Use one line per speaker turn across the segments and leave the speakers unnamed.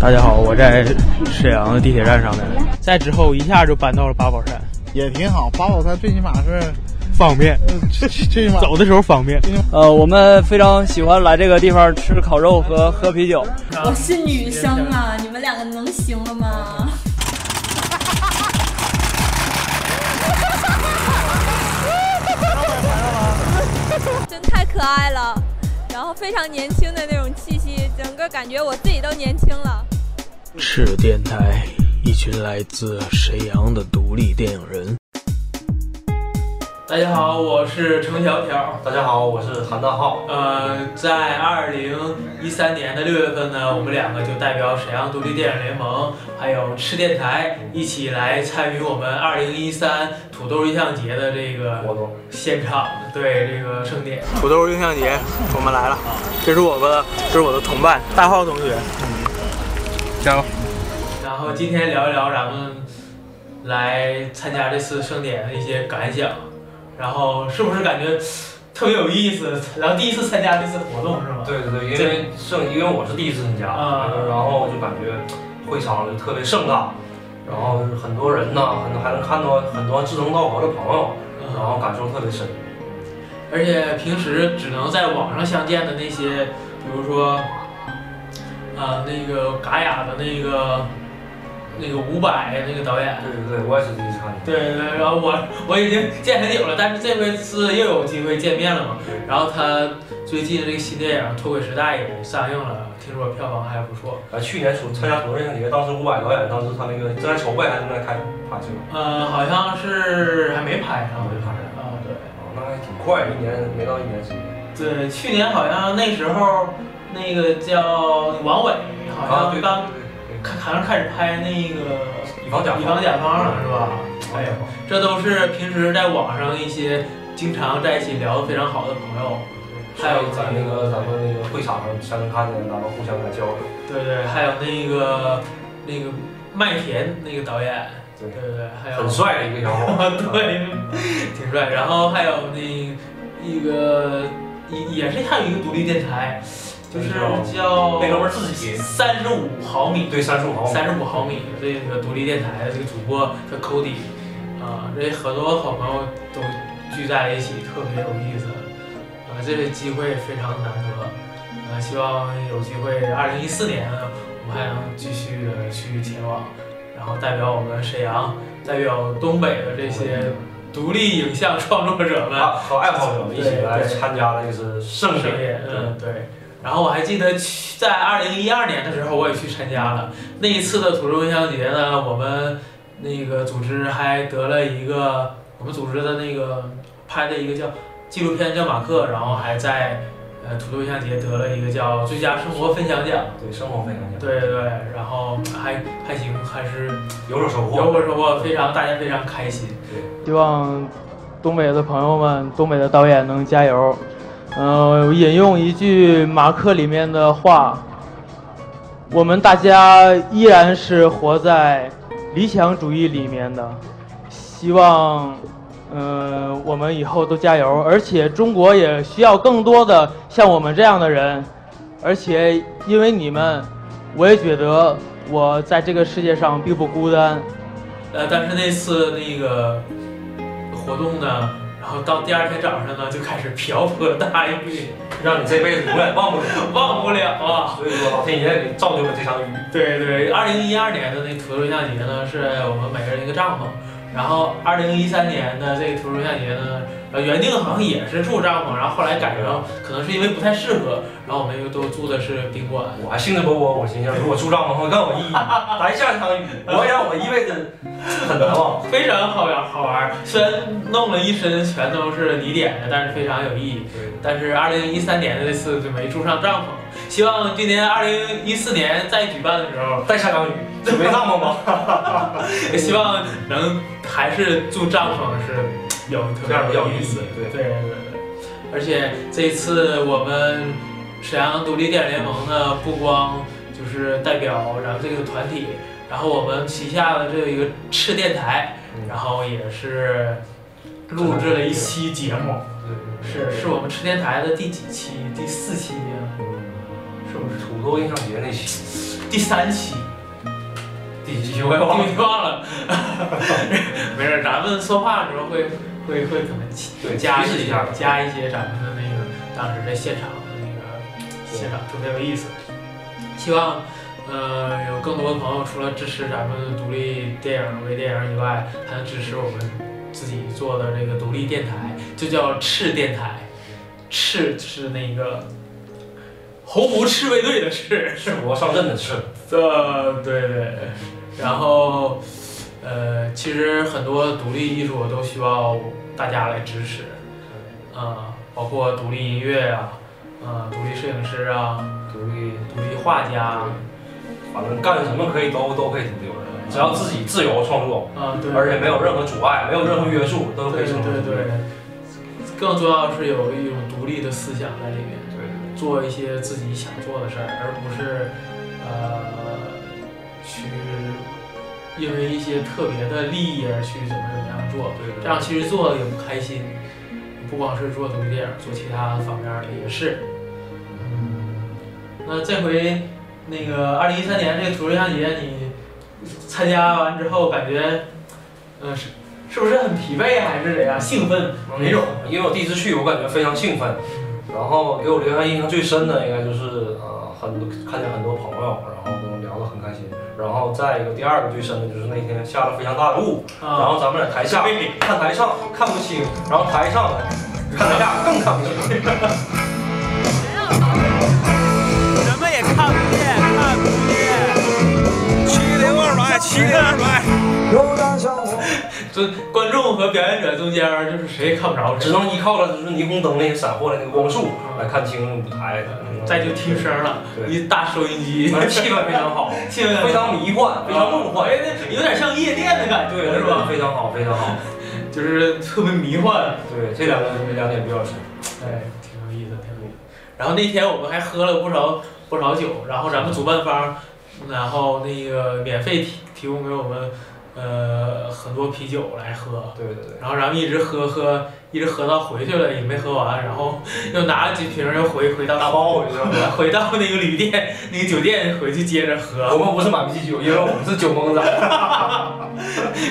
大家好，我在沈阳的地铁站上面，再之后一下就搬到了八宝山，
也挺好。八宝山最起码是，
方便，
呃，最最起码
走的时候方便。
呃，我们非常喜欢来这个地方吃烤肉和喝啤酒。
我是女生啊，你们两个能行了吗？
真太可爱了，然后非常年轻的那种气息，整个感觉我自己都年轻了。
赤电台，一群来自沈阳的独立电影人。大家好，我是程条条。
大家好，我是韩大浩。
呃，在二零一三年的六月份呢，我们两个就代表沈阳独立电影联盟，还有赤电台一起来参与我们二零一三土豆印象节的这个
活动
现场，对这个盛典。
土豆印象节，我们来了，这是我的，这是我的同伴大浩同学。
然后今天聊一聊咱们来参加这次盛典的一些感想，然后是不是感觉特别有意思？然后第一次参加这次活动是吗？，
对对对，因为盛，因为我是第一次参加，
啊
然后就感觉会场就特别盛大，然后很多人呐，很多还能看到很多志同道合的朋友，然后感受特别深。
而且平时只能在网上相见的那些，比如说，啊、那个嘎雅的那个那个伍佰那个导演
对，对对，我也是第一次看见。
对对，然后我我已经见很久了，但是这回是又有机会见面了嘛。然后他最近这个新电影《脱轨时代》也上映了，听说票房还不错。
啊，去年暑参加土豆印象节，当时伍佰导演当时他那个正在筹备，还正在开拍摄，
呃，好像是还没拍上，
没拍
啊，对
啊，那还挺快，一年没到一年时间。
对，去年好像那时候那个叫王伟，好
啊，
像
对
刚
对对
开好像开始拍那个
对，以防甲
以防甲方了是吧？哎
哎
呀
呀，，
这都是平时在网上一些经常在一起聊得非常好的朋友，还
还
有
有咱那个咱们那个会场上才能看见咱们互相在交流。
对对，还有那个那个麦田那个导演，
对
对对，还有
很帅的一个小伙子。
对，挺帅。然后还有那一个也也是还有一个独立电台，就是叫
那哥们儿自己
三十五毫米，
对三十五毫米，
三十五毫米这个独立电台的这个主播叫 Cody，啊、这很多好朋友都聚在一起，特别有意思。啊、这个机会非常难得，啊、希望有机会，二零一四年我们还能继续的去前往，然后代表我们沈阳，代表东北的这些独立影像创作者们
啊，和爱好者们一起来参加那个 是盛
盛
典
宴，，嗯，对。然后我还记得去在二零一二年的时候，我也去参加了那一次的土著音像节呢。我们那个组织还得了一个，我们组织的那个拍的一个叫纪录片叫《马克》，然后还在呃土著音像节得了一个叫最佳生活分享奖。
对生活分享，
对对，然后还还行，还是
有所收
有
获。
我收获，非常大家非常开心。
希望东北的朋友们、东北的导演能加油。嗯、我引用一句马克里面的话：“我们大家依然是活在理想主义里面的。”希望，嗯、我们以后都加油。而且中国也需要更多的像我们这样的人。而且因为你们，我也觉得我在这个世界上并不孤单。
呃，但是那次那个活动呢，然后到第二天早上呢，就开始瓢泼大雨，
让你这辈子永远忘不了，
忘不。了啊。
所以说老天爷给造就了这场雨。
对对，二零一二年的那土著印象节呢，是我们每个人一个帐篷。然后二零一三年的这个土著印象节呢，呃，原定好像也是住帐篷，然后后来改成可能是因为不太适合，然后我们又都住的是宾馆。
我还兴致勃勃，我心想，如果出帐篷会更有 意义。来下一场雨，我让我一辈子很难忘。
非常好玩好玩，虽然弄了一身全都是泥点的，但是非常有意义。但是二零一三年的这次就没住上帐篷，希望今年二零一四年再举办的时候，
再下场雨，准备帐 篷吧。
也希望能还是住帐篷是有特别有意思，
对
对对对。而且这一次我们沈阳独立电影联盟呢，不光就是代表咱们这个团体，然后我们旗下的这有一个赤电台，
嗯
然后也是录制了一期节目，是是我们赤电台的第几期？第四期呀、
嗯
是不是？
土豆印象节那期，
第三期，
第几期我也忘了
你。 忘了， 没事，咱们说话的时候会会会可能起
对
加
提示
一
一下
加一些咱们的那个当时在现场的那个现场特别有意思。希望呃有更多的朋友除了支持咱们独立电影微电影以外，还能支持我们自己做的这个独立电台，就叫赤电台，赤是那个红湖赤卫队的赤。
是我上阵的是，
这对对，然后呃，其实很多独立艺术都需要大家来支持，啊、包括独立音乐啊，呃，独立摄影师啊，
独立，
独立画家啊，
反正干什么可以都都可以独立，只要自己自由创作，
啊、对，
而且没有任何阻碍，没有任何约束，都可
对
以成为
对对，更重要的是有一种独立的思想在里面。
对
做一些自己想做的事儿，而不是呃去因为一些特别的利益而去怎么怎么样做。
对
这样其实做的也不开心，不光是做独立电影，做其他方面儿的也是。嗯，那这回那个二零一三年这个土著象节，你参加完之后感觉，呃是是不是很疲惫啊还是怎样？兴奋哪种？？
因为我第一次去，我感觉非常兴奋。然后给我留下印象最深的，应该就是呃，很多看见很多朋友，然后跟我聊得很开心。然后再一个，第二个最深的就是那天下了非常大的雾，然
啊，
后咱们在台下看台上看不清，然后台上看台下更看不清。
什么也看不见，看不见。七零二百，七零二百。
就观众和表演者中间儿就是谁也看不着谁
只。能依靠了就是霓虹灯那个闪过的那个光束来看清舞台，
嗯再就听声了，
对
一大收音机，
反正气氛非常好，
气氛
非常迷幻，非常梦幻
哎，，那有点像夜店的感
对，
觉，是吧？
非常好，非常好。
就是特别迷幻，
对，这两个这两点比较深。
哎，挺有意思，挺有意思。然后那天我们还喝了不少不少酒，然后咱们主办方，然后那个免费提提供给我们，呃，很多啤酒来喝。
对对对，
然后咱们一直喝喝，一直喝到回去了也没喝完，然后又拿了几瓶儿又回回到
打包回去了。
回到那个旅店那个酒店回去接着喝。
我们不是买不起酒，因为我们是酒 蒙子。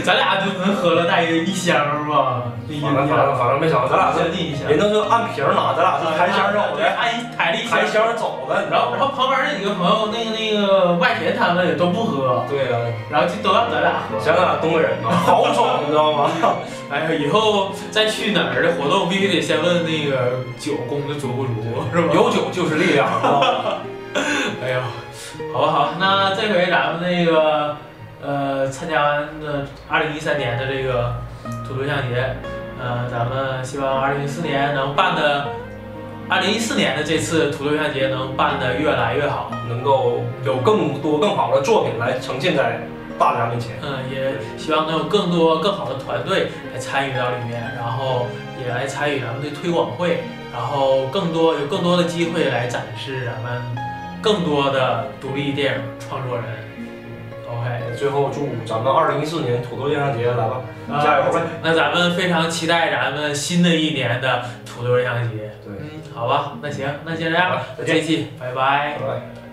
咱俩就能喝了大约一箱吧，一
反正反正反正没想到，咱俩
将
是
近一箱
人，都是按瓶拿，咱俩是抬箱走
哎对，
的，
按抬了一箱
抬。箱走的，你知
然后
道
然后
吗？
旁边那几个朋友，那个那个外田他们也都不喝，
对啊，
然后就都让咱俩喝。
想想东北人嘛，豪爽，你知 道吗？
哎呀，以后再去哪儿的活动，必须得先问那个酒供的足不足，是吧？
有酒就是力 量，你知道吗？
哎呦，好吧好吧，那这回咱们那个呃参加完的二零一三年的这个土著象节，呃，咱们希望二零一四年能办的，二零一四年的这次土著象节能办的越来越好。
能够有更多更好的作品来呈现在大家面前。
嗯，也希望能有更多更好的团队来参与到里面，然后也来参与咱们的推广会，然后更多有更多的机会来展示咱们更多的独立电影创作人。OK，
最后祝咱们二零一四年土豆印象节来吧，
啊
加油呗！
那咱们非常期待咱们新的一年的土豆酱节。
对，
嗯，好吧，那行，那先这样吧，
好再见
这一期，拜拜
拜拜。